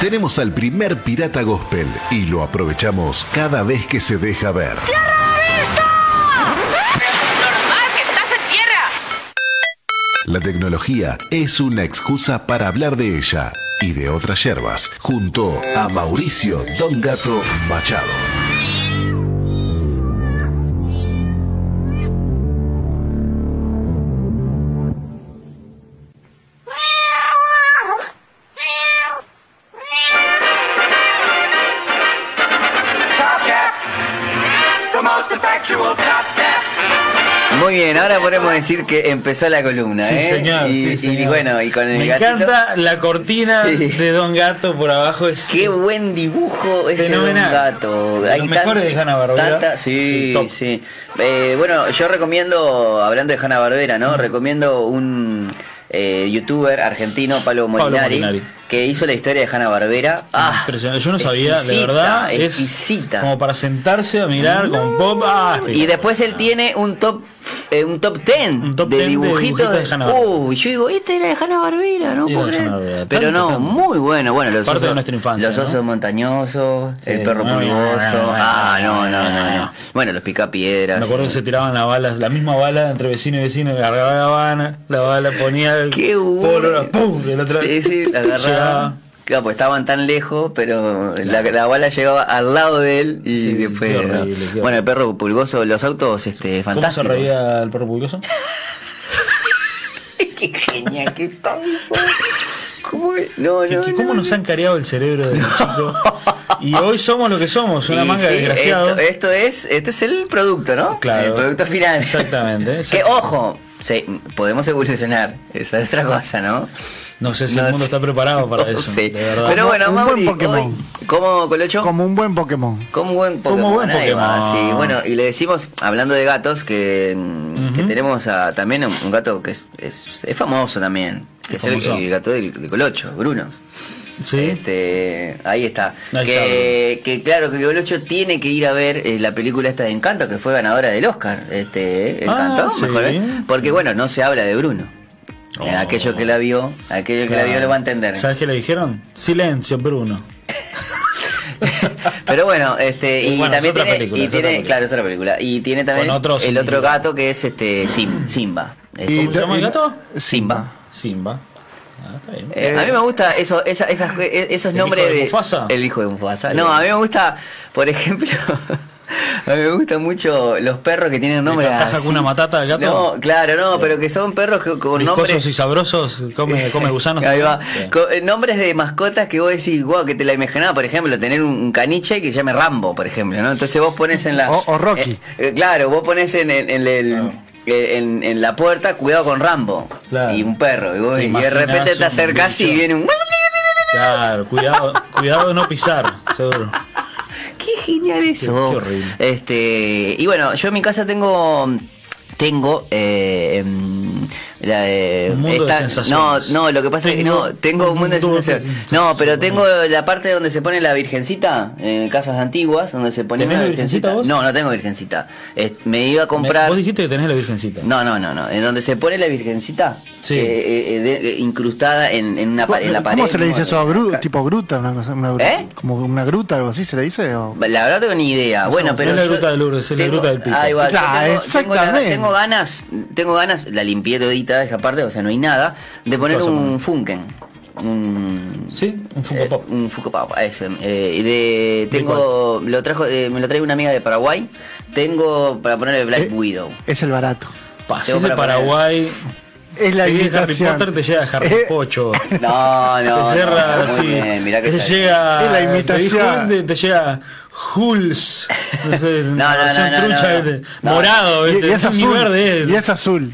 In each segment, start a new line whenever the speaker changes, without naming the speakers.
Tenemos al primer pirata gospel y lo aprovechamos cada vez que se deja ver.
¡Normal que estás en tierra!
La tecnología es una excusa para hablar de ella y de otras yerbas, junto a Mauricio Don Gato Machado.
Tomcat, the most effectual Tomcat.
Muy bien, ahora podemos decir que empezó la columna,
Sí,
¿eh?
señor,
y,
sí,
y
señor.
bueno, y con el
Me
gatito.
encanta la cortina
Sí.
de Don Gato por abajo. Es
Qué buen dibujo ese de un
Fenomenal.
gato.
De los mejores de Hanna-Barbera.
tanta- sí,
Sí, top.
sí. Eh, bueno, yo recomiendo, hablando de Hanna Barbera, ¿no? Recomiendo un eh, youtuber argentino, Pablo
Pablo
Molinari,
Molinari.
que hizo la historia de Hanna Barbera. Ah,
Impresionante. Yo no sabía, de
exquisita,
verdad. Es
Exquisita.
como para sentarse a mirar con pop. Ah,
Y
espectacular.
después él tiene un top eh, un top 10
Un top
de
10 de
dibujitos
dibujitos de Hanna-Barbera.
Uy, yo digo, este era de Hanna Barbera, no
Era
puedo
de
creer.
Hanna-Barbera.
Pero
Tanto,
no,
tanto.
muy bueno. Bueno, los
Parte de
osos,
nuestra infancia,
los
¿no?
osos montañosos, el
Sí.
perro
No, no,
pulgoso.
no, no,
ah, no, no, no,
no.
no. Bueno, los picapiedras.
Me acuerdo que se tiraban las balas, la misma bala entre vecino y vecino, agarraba la bala, la bala ponía el
Qué bueno.
pólvora, ¡pum! del otro
Sí, sí,
¡tuc, tuc,
la
tuc! Llegaba.
agarraban. Claro, pues estaban tan lejos, pero la, la bala llegaba al lado de él y
Sí,
después.
qué horrible,
¿no?
qué horrible.
Bueno, el perro pulgoso, los autos este,
¿Cómo se
fantásticos.
reía el perro pulgoso?
Qué genial, qué tonto. ¿Cómo, es? no,
Que-
no,
que
no,
¿Cómo
no.
nos han careado el cerebro desde chico? Y hoy somos lo que somos, una
Y
manga
sí,
de desgraciados.
Esto, esto es, este es el producto, ¿no?
Claro.
El producto final.
Exactamente,
Que
exacto.
ojo, se- podemos evolucionar. Esa es otra cosa, ¿no?
No sé si
No
el mundo
sé.
está preparado para
No
eso.
sé.
de verdad.
Pero bueno,
Un buen
Mauri,
Pokémon.
hoy- ¿cómo, Colocho?
Como un buen Pokémon.
Como buen Pokémon.
Como buen
ahí va,
Pokémon.
sí. Bueno, y le decimos, hablando de gatos, que, mm, que tenemos a- también un, un gato que es, es- es famoso también. Que
Es
es el,
famoso.
el gato del, del Colocho, Bruno.
Sí.
Este, ahí está.
Ahí
que, que claro, que Colocho tiene que ir a ver eh, la película esta de Encanto, que fue ganadora del Oscar. Este, Encanto,
Ah, sí.
mejor, ¿eh? Porque bueno, no se habla de Bruno. Eh,
Oh.
Aquello que la vio, aquello que la vio lo va a entender.
¿Sabes qué le dijeron? Silencio, Bruno.
Pero bueno, este, y
Bueno, es
también
otra
tiene,
película,
y
es otra
tiene-
película.
claro, es otra película. Y tiene también
Con otro
el otro
significado.
gato que es este Sim- Simba. Es
Y
como-
se llama el
y-
gato?
Simba.
Simba. Ah, está bien.
Eh, a mí me gusta eso, esa- esas- eh, esos
¿El
nombres
hijo de Mufasa?
El hijo de Mufasa. No, a mí me gusta, por ejemplo, a mí me gustan mucho los perros que tienen nombres
cantás
así.
Hakuna Matata al gato?
No, claro, no, pero que son perros que- con
Viscosos
nombres
y sabrosos, come, come gusanos.
Ahí va.
Bien.
Co- eh, nombres de mascotas que vos decís, wow, que te la imaginaba, por ejemplo, tener un, un caniche que se llame Rambo, por ejemplo, ¿no? Entonces vos pones en la.
O- o Rocky.
Eh, eh, claro, vos pones en, el- en el-
Claro.
eh, en- en la puerta, cuidado con Rambo.
Claro.
Y un perro. Y, vos-
Te
y de repente
imaginás
te
un
acercas y
bicho.
viene un.
Claro, cuidado, cuidado de no pisar, seguro.
¡Qué genial eso!
qué horrible.
Este, y bueno, yo en mi casa tengo. Tengo. eh, em, la de-
Un mundo de sensaciones.
No, no, lo que pasa
Tengo
es que no. Tengo un mundo de sensaciones. No, pero tengo la parte donde se pone la virgencita. En casas antiguas, donde se pone
¿Tenés
una
la virgencita
virgencita.
vos?
No, no tengo virgencita. Eh, me iba a comprar.
Vos dijiste que tenés la virgencita.
No, no, no, no. En donde se pone la virgencita.
Sí.
eh, eh, eh, de- eh, incrustada en, en una pa- en la pared.
¿Cómo se le dice eso? Gru-
Acá.
tipo gruta, una cosa, una gruta.
¿Eh?
Como una gruta, algo así se le dice. o-
La verdad tengo ni idea. Bueno,
no
pero
es la
yo
gruta de Lourdes, es la
tengo-
gruta del Pico.
Ahí va, yo
Claro,
tengo- tengo, la-
exactamente.
tengo ganas, tengo ganas, la limpié todita esa parte, o sea, no hay nada, de poner
vas a
un
poner?
Funken. Un
¿Sí? Un Funko
eh,
Pop.
Un Funko Pop, ese. Eh, y de, tengo, lo trajo, eh, me lo trae una amiga de Paraguay. Tengo para ponerle Black
Eh,
Widow.
Es el barato.
Pasé
para
de Paraguay.
Es la
te viene Harry
invitación.
Potter, te llega Harry
Eh,
Pocho.
No, no.
te
no,
cierra
muy
así.
bien, mirá que
te
está-
llega.
Es la
te
imitación.
dijo- Te, te llega Hulz. No, sé, una
no,
versión
no, no,
trucha,
no.
¿viste?
No.
Morado,
Y,
¿viste?
y es
Ni
azul.
verde. es.
y es azul.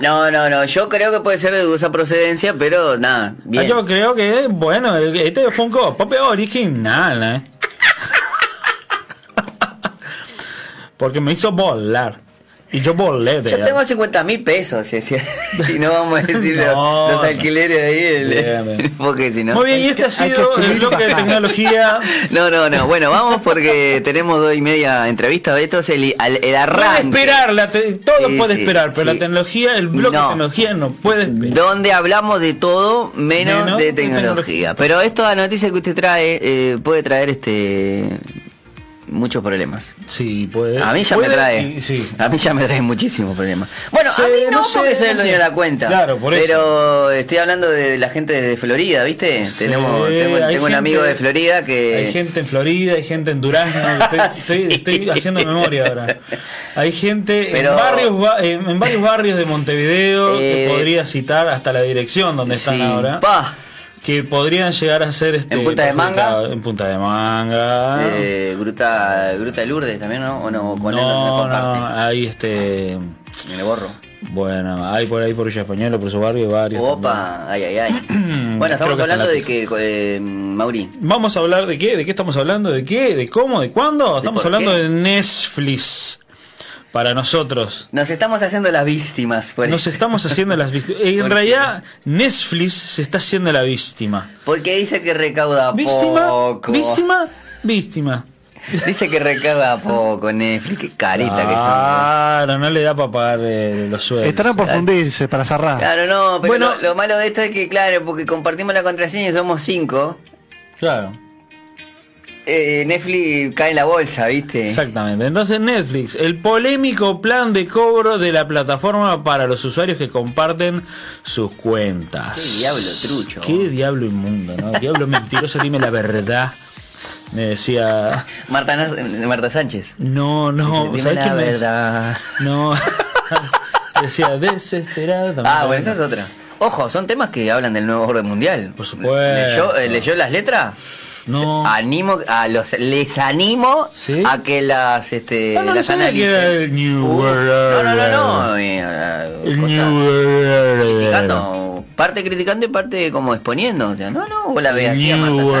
No, no, no. Yo creo que puede ser de dudosa procedencia, pero nada.
Ah,
Bien.
Yo creo que, bueno, el- este fue un Pop es original, ¿eh? Porque me hizo volar. Y yo bolete.
Yo tengo 50 mil pesos, si, si- y no vamos a decir los-
No,
los, alquileres de ahí, el-
Bien, bien.
porque si no...
Muy bien, y
Hay
este
que-
ha
hay que
sido el
subir y
bloque de
bajar.
tecnología.
No, no, no. Bueno, vamos porque tenemos dos y media entrevistas. Esto es el, al- el
Puede
arranque.
esperar, la te- todo
Sí,
puede
sí,
esperar, pero
sí.
la tecnología, el bloque
No.
de tecnología no puede esperar.
Donde hablamos de todo menos,
Menos
de
de
tecnología.
tecnología.
Pero esta noticia que usted trae eh, puede traer este muchos problemas.
Sí, puede.
A mí ya me
¿Eh? Puede
trae.
y- sí.
A mí ya me trae muchísimos problemas. Bueno,
Sí,
a mí no,
no sé,
porque soy el
no
dueño
sé.
de la cuenta.
Claro, por eso.
Pero estoy hablando de la gente de Florida, ¿viste?
Sí,
Eh, Tenemos, tengo,
hay
tengo un amigo
gente-
de Florida que...
Hay gente en Florida, hay gente en Durazno, estoy, estoy- estoy haciendo memoria ahora. Hay gente
Pero-
en, barrios, ba- en, en varios barrios de Montevideo,
Eh,
que podría citar hasta la dirección donde están
Sí,
ahora,
pa.
que podrían llegar a ser... Este,
¿En Punta de Manga?
perjudicados. En Punta de Manga.
Eh, Gruta, Gruta de Lourdes también, ¿no? ¿O no? Con él no se
Ah. no,
comparte.
no, hay este...
Me lo borro.
Bueno, hay por ahí por Villa Española, por su barrio, varios. también.
Opa, ay, ay, ay. bueno,
Creo
estamos
que
hablando
está
de que, eh, Mauri,
Vamos a hablar de qué, de qué estamos hablando, de qué, de cómo, de cuándo. Estamos
por
hablando
qué?
de Netflix. Para nosotros.
nos estamos haciendo las víctimas. pues. por-
Nos estamos haciendo las víctimas. En
¿Por qué?
realidad, Netflix se está haciendo la víctima.
Porque dice que recauda
¿Víctima?
poco.
¿Víctima? Víctima.
Dice que recauda poco Netflix. Qué carita que
Ah.
son.
Claro, no le da para pagar eh, los sueldos.
Están por fundirse para cerrar.
Claro, no, pero
Bueno.
lo, lo malo de esto es que, claro, porque compartimos la contraseña y somos cinco,
Claro.
eh, Netflix cae en la bolsa, ¿viste?
Exactamente. Entonces Netflix, el polémico plan de cobro de la plataforma para los usuarios que comparten sus cuentas.
Qué diablo trucho.
Qué diablo inmundo, ¿no? Diablo mentiroso, dime la verdad. Me decía,
Marta, Nas- Marta Sánchez.
no, no,
Dime
¿sabés
la
quién me decía?
verdad.
No. decía desesperado. también.
Ah, bueno, esa es otra. Ojo, son temas que hablan del nuevo orden mundial.
Por supuesto.
¿Leyó, eh, leyó las letras?
No.
Animo a los les animo
¿Sí?
a que las este
Ah, no, no
las
sabía
analicen.
que era el New
Uf,
World
no, no, no, no.
Order.
eh, eh,
El
cosas
New World Order.
criticando, parte criticando y parte como exponiendo, o sea, no, no, vos la ves así a Marta
New
Sánchez.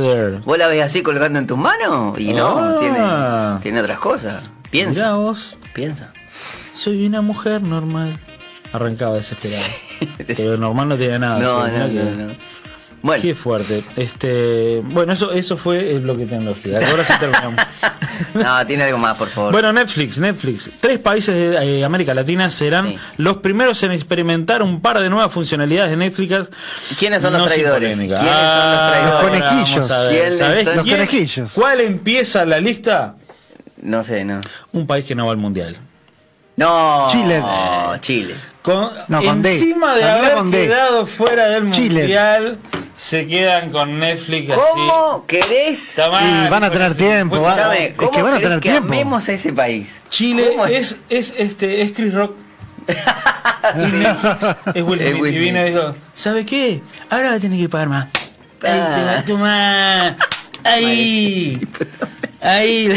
Order.
Vos la ves así colgando en tus manos y no,
Ah.
tiene tiene otras cosas. Piensa,
Mirá vos.
piensa.
Soy una mujer normal. Arrancaba desesperado. Pero normal no tenía nada.
No,
sí,
no,
mirá
no,
que-
no. Bueno,
Qué fuerte. Este, bueno, eso, eso fue el bloque de tecnología. Ahora sí terminamos.
no, tiene algo más, por favor.
Bueno, Netflix, Netflix. Tres países de eh, América Latina serán
Sí.
los primeros en experimentar un par de nuevas funcionalidades de Netflix.
¿Quiénes son los
sin
traidores?
polémica.
¿Quiénes son los
Ah,
traidores?
ahora
Los conejillos.
vamos a ver.
¿Quiénes
¿Sabés
son?
Los
quién?
conejillos.
¿Cuál empieza la lista?
No sé, no.
Un país que no va al mundial.
No.
Chile.
Chile.
Con,
No, con D.
encima de
Para mí era
haber
con D.
quedado fuera del
Chile.
mundial, se quedan con Netflix así.
¿Cómo querés?
Tomá,
Y van a
hijo de
tener
tu-
tiempo,
Bueno,
va-
Escuchame,
es
¿cómo
que van a
querés
tener
que
tiempo.
amemos a ese país?
Chile
¿Cómo
es, es este es Chris Rock. Y Netflix es Will
Es
Smith.
Will
Y vino y
Smith.
dijo, ¿sabe qué? Ahora va a tener que pagar más. Ahí
Ah.
te va a tomar. Ahí. Ahí.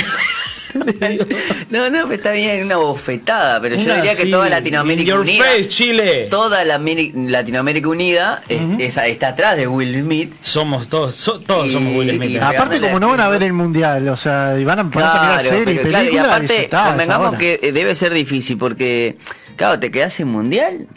No, no, pero está bien, una bofetada, pero yo
Una
diría que
así,
toda
in
Latinoamérica
your
Unida.
face, Chile.
Toda la Ameri- Latinoamérica Unida es- esa- está atrás de Will Smith.
Somos todos, so- todos
Y-
somos Will Smith.
y-
acá.
Aparte, como no van a ver el mundial, o sea, y van a ponerse a mirar
Claro,
series,
pero claro,
películas,
y aparte,
está, es
convengamos
ahora.
que eh, debe ser difícil porque, claro, te quedás en mundial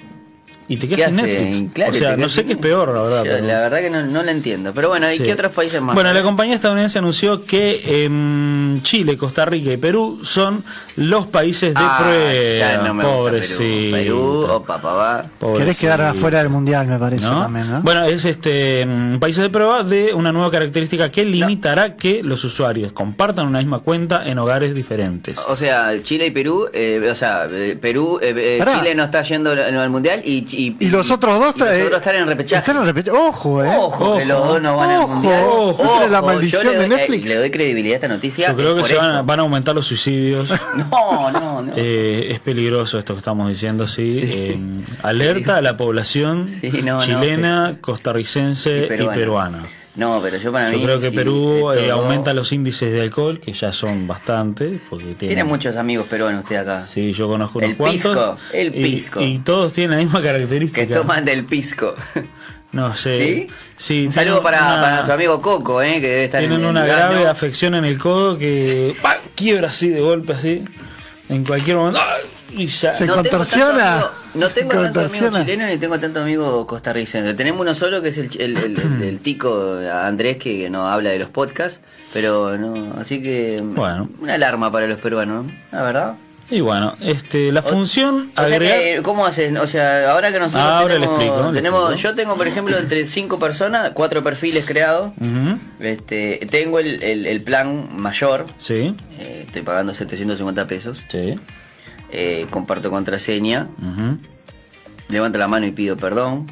Y te quedas en
hace?
Netflix.
Claro,
o sea,
te
no
quedas
sé
sin-
qué es peor, la verdad.
Yo,
pero-
La verdad que no, no la entiendo. Pero bueno, ¿y
Sí.
qué otros países más?
Bueno, la compañía estadounidense anunció que em, Chile, Costa Rica y Perú son los países de
Ah,
prueba.
ya no me gusta
Pobrecito.
Perú, oh. Perú opa, papá.
Querés
Pobrecito.
quedar afuera del mundial, me parece
¿No?
también, ¿no?
Bueno, es este mm, países de prueba de una nueva característica que limitará que los usuarios compartan una misma cuenta en hogares diferentes.
O sea, Chile y Perú, eh, o sea, eh, Perú, eh, eh,
Pará.
Chile no está yendo al, al mundial y,
Y los otros dos
y los
eh,
otros están en repechaje.
están en repechaje. Ojo, eh.
Ojo, que
Ojo,
los dos no van al
ojo,
mundial.
ojo. Esa es la maldición
yo le
de
doy- eh,
Netflix.
le doy credibilidad a esta noticia.
Yo creo que
por
se van a,
esto.
van a aumentar los suicidios.
No, no, no.
Eh, es peligroso esto que estamos diciendo, sí. Eh, alerta a la población
Sí, no, no,
chilena, costarricense
Y peruana.
Y peruana.
No, pero yo para
Yo
mí.
creo que
sí,
Perú
esto
eh,
no-
aumenta los índices de alcohol, que ya son bastante. Porque tiene,
Tiene muchos amigos peruanos usted acá.
Sí, yo conozco unos
El pisco,
cuantos.
el
y-
pisco.
Y, todos tienen la misma característica.
Que toman del pisco.
No sé.
¿Sí?
Sí,
Un saludo
tienen
para,
una-
para nuestro amigo Coco, eh, que debe estar en
Tienen
en
una
Lugano.
grave afección en el codo que pa, quiebra así de golpe, así. En cualquier momento. ¡ah! Y ya.
Se-
No tengo
contorsiona.
tanto amigo- No
Se
tengo tanto amigo
contorsiona.
chileno ni tengo tanto amigo costarricense. Tenemos uno solo que es el, ch- el, el- el- el tico Andrés que no habla de los podcasts, pero no, así que
Bueno.
una alarma para los peruanos, ¿no? la verdad.
Y bueno, este, la
O-
función
o sea
agregar.
que, ¿Cómo haces? O sea, ahora que nosotros
Ah, ahora le
tenemos,
explico, le
tenemos-
explico.
yo tengo por ejemplo entre cinco personas, cuatro perfiles creados.
Ujú,
Este, tengo el, el- el plan mayor,
Sí,
eh, estoy pagando 750 pesos,
sí.
eh, comparto contraseña,
ujú.
levanto la mano y pido perdón.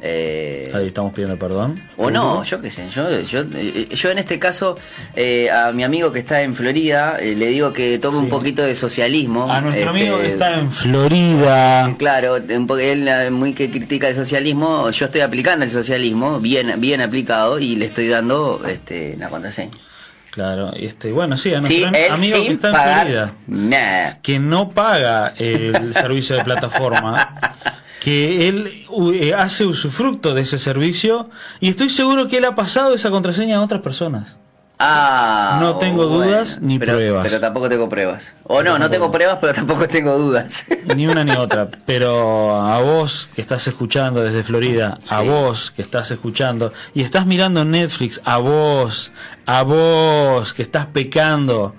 Eh,
Ahí estamos pidiendo Ah, perdón.
o no, yo qué sé, yo, yo, eh, yo en este caso eh, a mi amigo que está en Florida eh, le digo que tome un poquito de socialismo.
A nuestro
este, eh,
amigo que está en Florida.
Claro, un po- él eh, muy que critica el socialismo, yo estoy aplicando el socialismo, bien, bien aplicado, y le estoy dando este, la contraseña.
Claro, este, bueno, sí, a
Sí,
nuestro
él
amigo que
sin
está en
pagar
Florida.
nada.
que no paga el servicio de plataforma, que él u- eh, hace usufructo de ese servicio y estoy seguro que él ha pasado esa contraseña a otras personas.
Ah,
No tengo dudas ni
pero-
pruebas.
Pero tampoco tengo pruebas. O no, no tengo pruebas, pero tampoco tengo dudas.
Ni una ni otra, pero a vos que estás escuchando desde Florida, a
Sí.
vos que estás escuchando y estás mirando Netflix, a vos, a vos que estás pecando,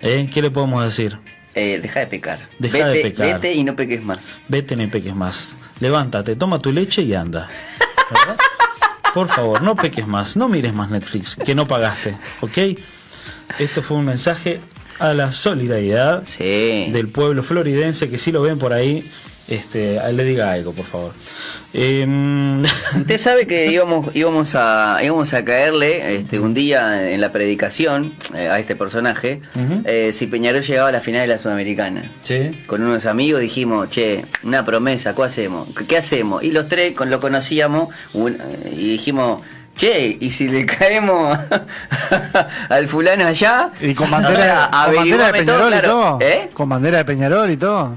¿eh? ¿qué le podemos decir?
Eh, deja de pecar.
Deja de
vete,
pecar.
vete y no peques más.
Vete, no peques más. Levántate, toma tu leche y anda. ¿Verdad? Por favor, no peques más, no mires más Netflix, que no pagaste, ¿ok? Esto fue un mensaje a la solidaridad
Sí.
del pueblo floridense, que si lo ven por ahí, este, le diga algo, por favor. Em,
Usted sabe que íbamos, íbamos, a, íbamos a caerle este, un día en la predicación eh, a este personaje
Ujú.
eh, si Peñarol llegaba a la final de la Sudamericana.
sí,
Con unos amigos dijimos, che, una promesa, ¿qué hacemos? ¿Qué- ¿Qué hacemos? Y los tres con, lo conocíamos un- eh, y dijimos, che, ¿y si le caemos al fulano allá?
Y con bandera, con bandera de
averiguame todo,
Peñarol y
claro.
todo.
¿Eh?
Con bandera de Peñarol y todo.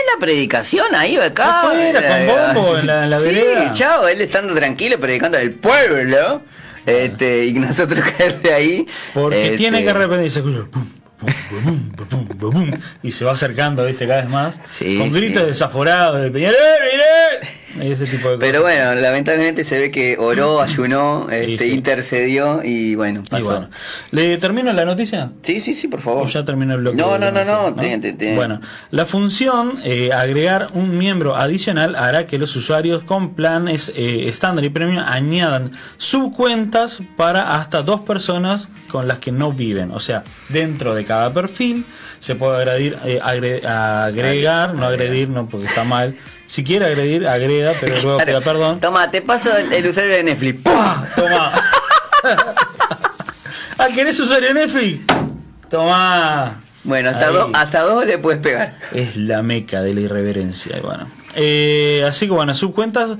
En la predicación ahí, acá.
Afuera, con bombo, en la- en la
sí,
vereda.
chao, él estando tranquilo, predicando al pueblo. Este, y nosotros caerse ahí.
porque
este,
tiene que arrepentirse. Pum, pum, pum, pum, pum, pum, y se va acercando, viste, cada vez más.
Sí,
con gritos
sí.
desaforados de Peñarol, Peñarol", y ese tipo de cosas.
Pero bueno, lamentablemente se ve que oró, ayunó, este,
sí.
intercedió y bueno,
Y
pasó.
bueno, ¿le termino la noticia?
Sí, sí, sí, por favor.
¿O Oh, ya terminó el bloque?
No, no,
de
no,
la
no.
noticia,
te- te- te-
Bueno, la función eh, agregar un miembro adicional hará que los usuarios con planes eh, estándar y premium añadan subcuentas para hasta dos personas con las que no viven. O sea, dentro de cada perfil se puede agredir, eh, agre- agregar, no agredir, no porque está mal. Si quiere agredir, agrega, pero luego
Claro.
pida perdón.
Toma, te paso el, el usuario de Netflix. ¡Pah!
Toma. ah, ¿querés usuario Netflix? Toma.
Bueno, hasta
Ahí.
dos, hasta dos le puedes pegar.
Es la meca de la irreverencia. y bueno. Eh, así que bueno, subcuentas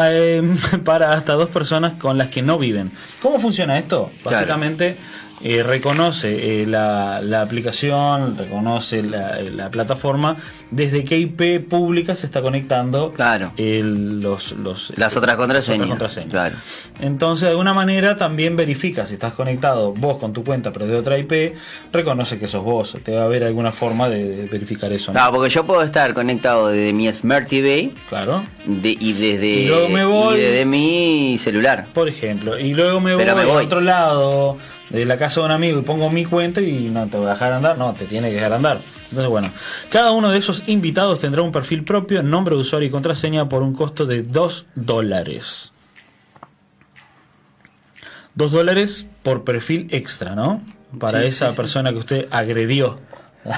eh, para hasta dos personas con las que no viven. ¿Cómo funciona esto?
Claro.
Básicamente eh, reconoce eh, la, la aplicación, reconoce la, eh, la plataforma desde qué IP pública se está conectando
Claro.
el- los, los-
Las otras contraseñas.
contraseñas.
Claro.
Entonces, de alguna manera también verifica si estás conectado vos con tu cuenta, pero de otra IP, reconoce que sos vos. Te va a haber alguna forma de, de verificar eso. ¿no?
Claro, porque yo puedo estar conectado desde mi Smart TV
Claro.
de- y desde
Y luego me voy.
y desde mi celular.
Por ejemplo, y luego me voy,
Pero me voy.
a otro lado de la casa de un amigo y pongo mi cuenta y no te voy a dejar andar, no, te tiene que dejar andar. Entonces, bueno, cada uno de esos invitados tendrá un perfil propio, nombre de usuario y contraseña por un costo de 2 dólares. 2 dólares por perfil extra, ¿no? Para esa persona que usted agredió.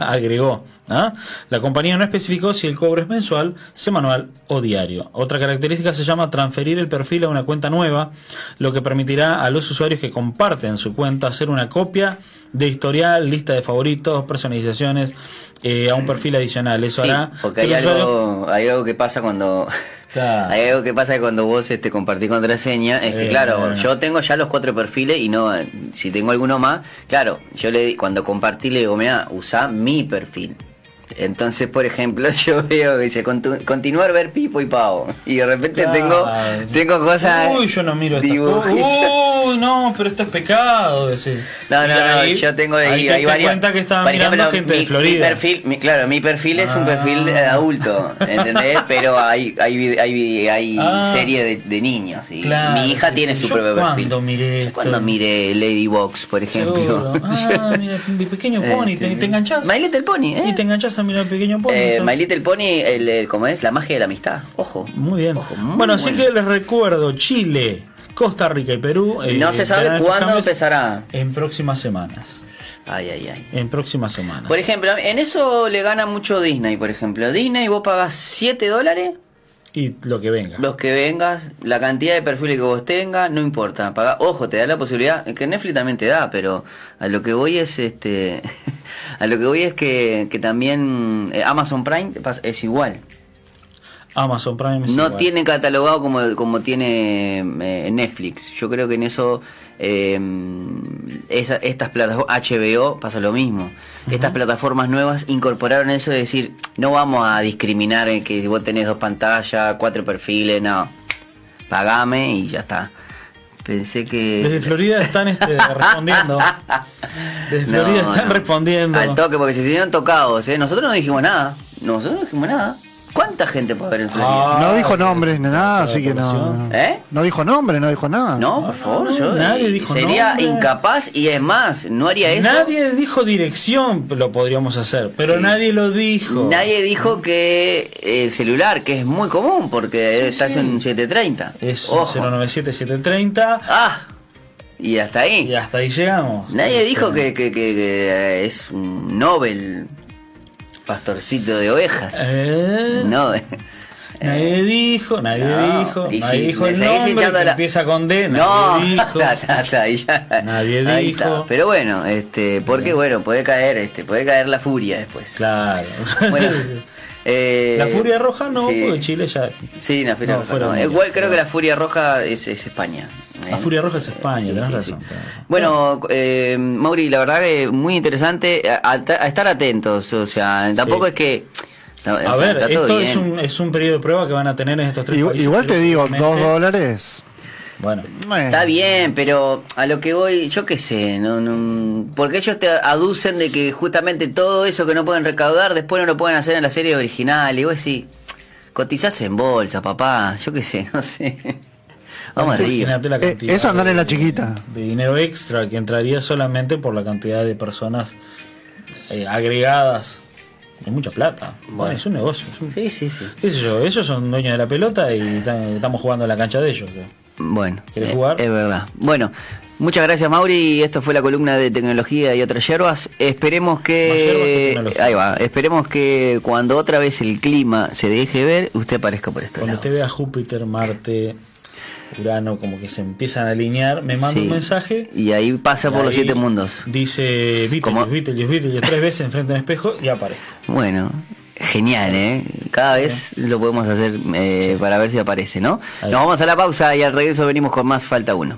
agregó. ¿ah? La compañía no especificó si el cobro es mensual, semanal o diario. Otra característica se llama transferir el perfil a una cuenta nueva, lo que permitirá a los usuarios que comparten su cuenta hacer una copia de historial, lista de favoritos, personalizaciones eh, a un perfil adicional. Eso
Mm. Sí,
hará
porque
que
hay
los usuarios-
algo, hay algo que pasa cuando.
Claro.
Hay algo que pasa cuando vos este, compartís contraseña. Es que,
Eh,
claro,
eh.
yo tengo ya los cuatro perfiles y no. eh, Si tengo alguno más, claro, yo le di- cuando compartí le digo, mira, usa mi perfil. Entonces, por ejemplo, yo veo que dice "Contu- continuar ver Pipo y Pavo. Y de repente
Claro.
tengo tengo cosas.
Uy, yo no miro estas
dibujitos.
cosas. Uy, uy, no, pero esto es pecado. decís.
No,
Y
no, no,
ahí-
yo tengo de
ahí
ahí,
te
hay
das
varias-
cuenta que estaban
por
mirando
ejemplo,
gente
mi,
de Florida.
mi perfil, mi- claro, mi perfil es un
Ah.
perfil de adulto, ¿entendés? Pero hay, hay, vide- hay, vide- hay
Ah.
serie de, de niños. Y
Claro,
mi hija
sí.
tiene su
Yo
propio perfil.
cuando miré esto.
Cuando miré Lady Box, por ejemplo.
Seguro. Ah, mira, mi pequeño pony, te, te enganchás.
My Little Pony, ¿eh?
Y te enganchás a mirar el pequeño pony.
Eh,
o sea.
My Little Pony, el, el- ¿cómo es? La magia de la amistad. Ojo.
Muy bien.
Ojo, muy
bueno, así
bueno.
que les recuerdo, Chile, Costa Rica y Perú.
No se sabe
estarán estos
cuándo
cambios
empezará.
En próximas semanas.
Ay, ay, ay.
En próximas semanas.
Por ejemplo, en eso le gana mucho Disney, por ejemplo. Disney, vos pagás 7 dólares,
y lo que venga.
los que vengas, la cantidad de perfiles que vos tengas, no importa. Pagá. Ojo, te da la posibilidad, que Netflix también te da, pero a lo que voy es este. a lo que voy es que, que también eh, Amazon Prime pas- es igual.
Amazon Prime. es
no
igual.
tiene catalogado como, como tiene eh, Netflix. Yo creo que en eso eh, esa- estas plataformas, HBO pasa lo mismo. Estas plataformas nuevas incorporaron eso de decir, no vamos a discriminar en que vos tenés dos pantallas, cuatro perfiles, no. Pagame y ya está. Pensé que...
Desde Florida están este, respondiendo. Desde
No,
Florida están
no.
respondiendo.
Al toque, porque se sintieron tocados, ¿eh? Nosotros no dijimos nada. Nosotros no dijimos nada. ¿Cuánta gente puede haber en Florida?
Ah,
No dijo nombres ni nada, así que no.
población.
¿Eh?
No dijo nombre, no dijo nada.
No, por favor,
Ah, no,
yo eh,
nadie dijo
sería
nombre.
incapaz y es más, no haría eso.
Nadie dijo dirección, lo podríamos hacer, pero
Sí.
nadie lo dijo.
Nadie dijo que el celular, que es muy común porque estás en un 730.
Es
Ojo.
097730
Ah, y hasta ahí.
y hasta ahí llegamos.
Nadie
Este,
dijo que, que- que- que es un Nobel pastorcito de ovejas.
Eh.
No,
Nadie dijo, nadie
no.
dijo,
Y
nadie
si
dijo
me
el
seguís
nombre
echando
que
la-
empieza con D,
No,
nadie dijo.
ta, ta, ta, y ya.
Nadie
Ahí
dijo.
está. Pero bueno, este, porque bueno, puede caer, este, puede caer la furia después.
Claro.
Bueno, eh,
La furia roja no,
sí.
porque Chile ya.
Sí, la Furia
No,
Roja.
fueron
no. Eh,
ellos,
Igual creo
no.
que la Furia Roja es, es España.
La
¿eh?
Furia Roja es España,
Sí,
tenés
sí,
razón,
sí.
tenés razón.
Bueno, eh, Mauri, la verdad que muy interesante. A, a- a estar atentos, o sea, tampoco
Sí.
es que. no, o
A
sea,
ver,
está todo
esto
bien.
es un, es un periodo de prueba que van a tener en estos tres
Igual,
países.
igual te digo, dos
Lógicamente,
dólares.
Bueno,
bueno.
Eh.
Está bien, pero a lo que voy, yo qué sé, no, no- porque ellos te aducen de que justamente todo eso que no pueden recaudar después no lo pueden hacer en la serie original. Y vos decís, cotizás en bolsa, papá, yo qué sé, no sé. Vamos arriba.
imagínate la
Eh,
cantidad.
eso andar en
de-
la chiquita.
De dinero extra que entraría solamente por la cantidad de personas eh, agregadas. Es mucha plata. Bueno, es un negocio. es un-
Sí, sí, sí.
¿Qué sé yo? Ellos son dueños de la pelota y ta- estamos jugando en la cancha de ellos. ¿eh?
Bueno,
¿Querés
eh,
jugar?
es verdad. Bueno, muchas gracias Mauri. Esto fue la columna de tecnología y otras hierbas. Esperemos
Más hierbas que
que,
tecnología.
ahí va. Esperemos que cuando otra vez el clima se deje ver, usted aparezca por esto.
Cuando usted vea Júpiter, Marte, Urano, como que se empiezan a alinear, me manda un mensaje.
y ahí pasa por
y
los
ahí
siete mundos.
Dice
Como-
Beatles, Beatles, Beatles, tres veces enfrente de un espejo y aparece.
Bueno, genial, ¿eh? Cada vez lo podemos hacer eh, para ver si aparece, ¿no?
Ahí.
Nos vamos a la pausa y al regreso venimos con más Falta Uno.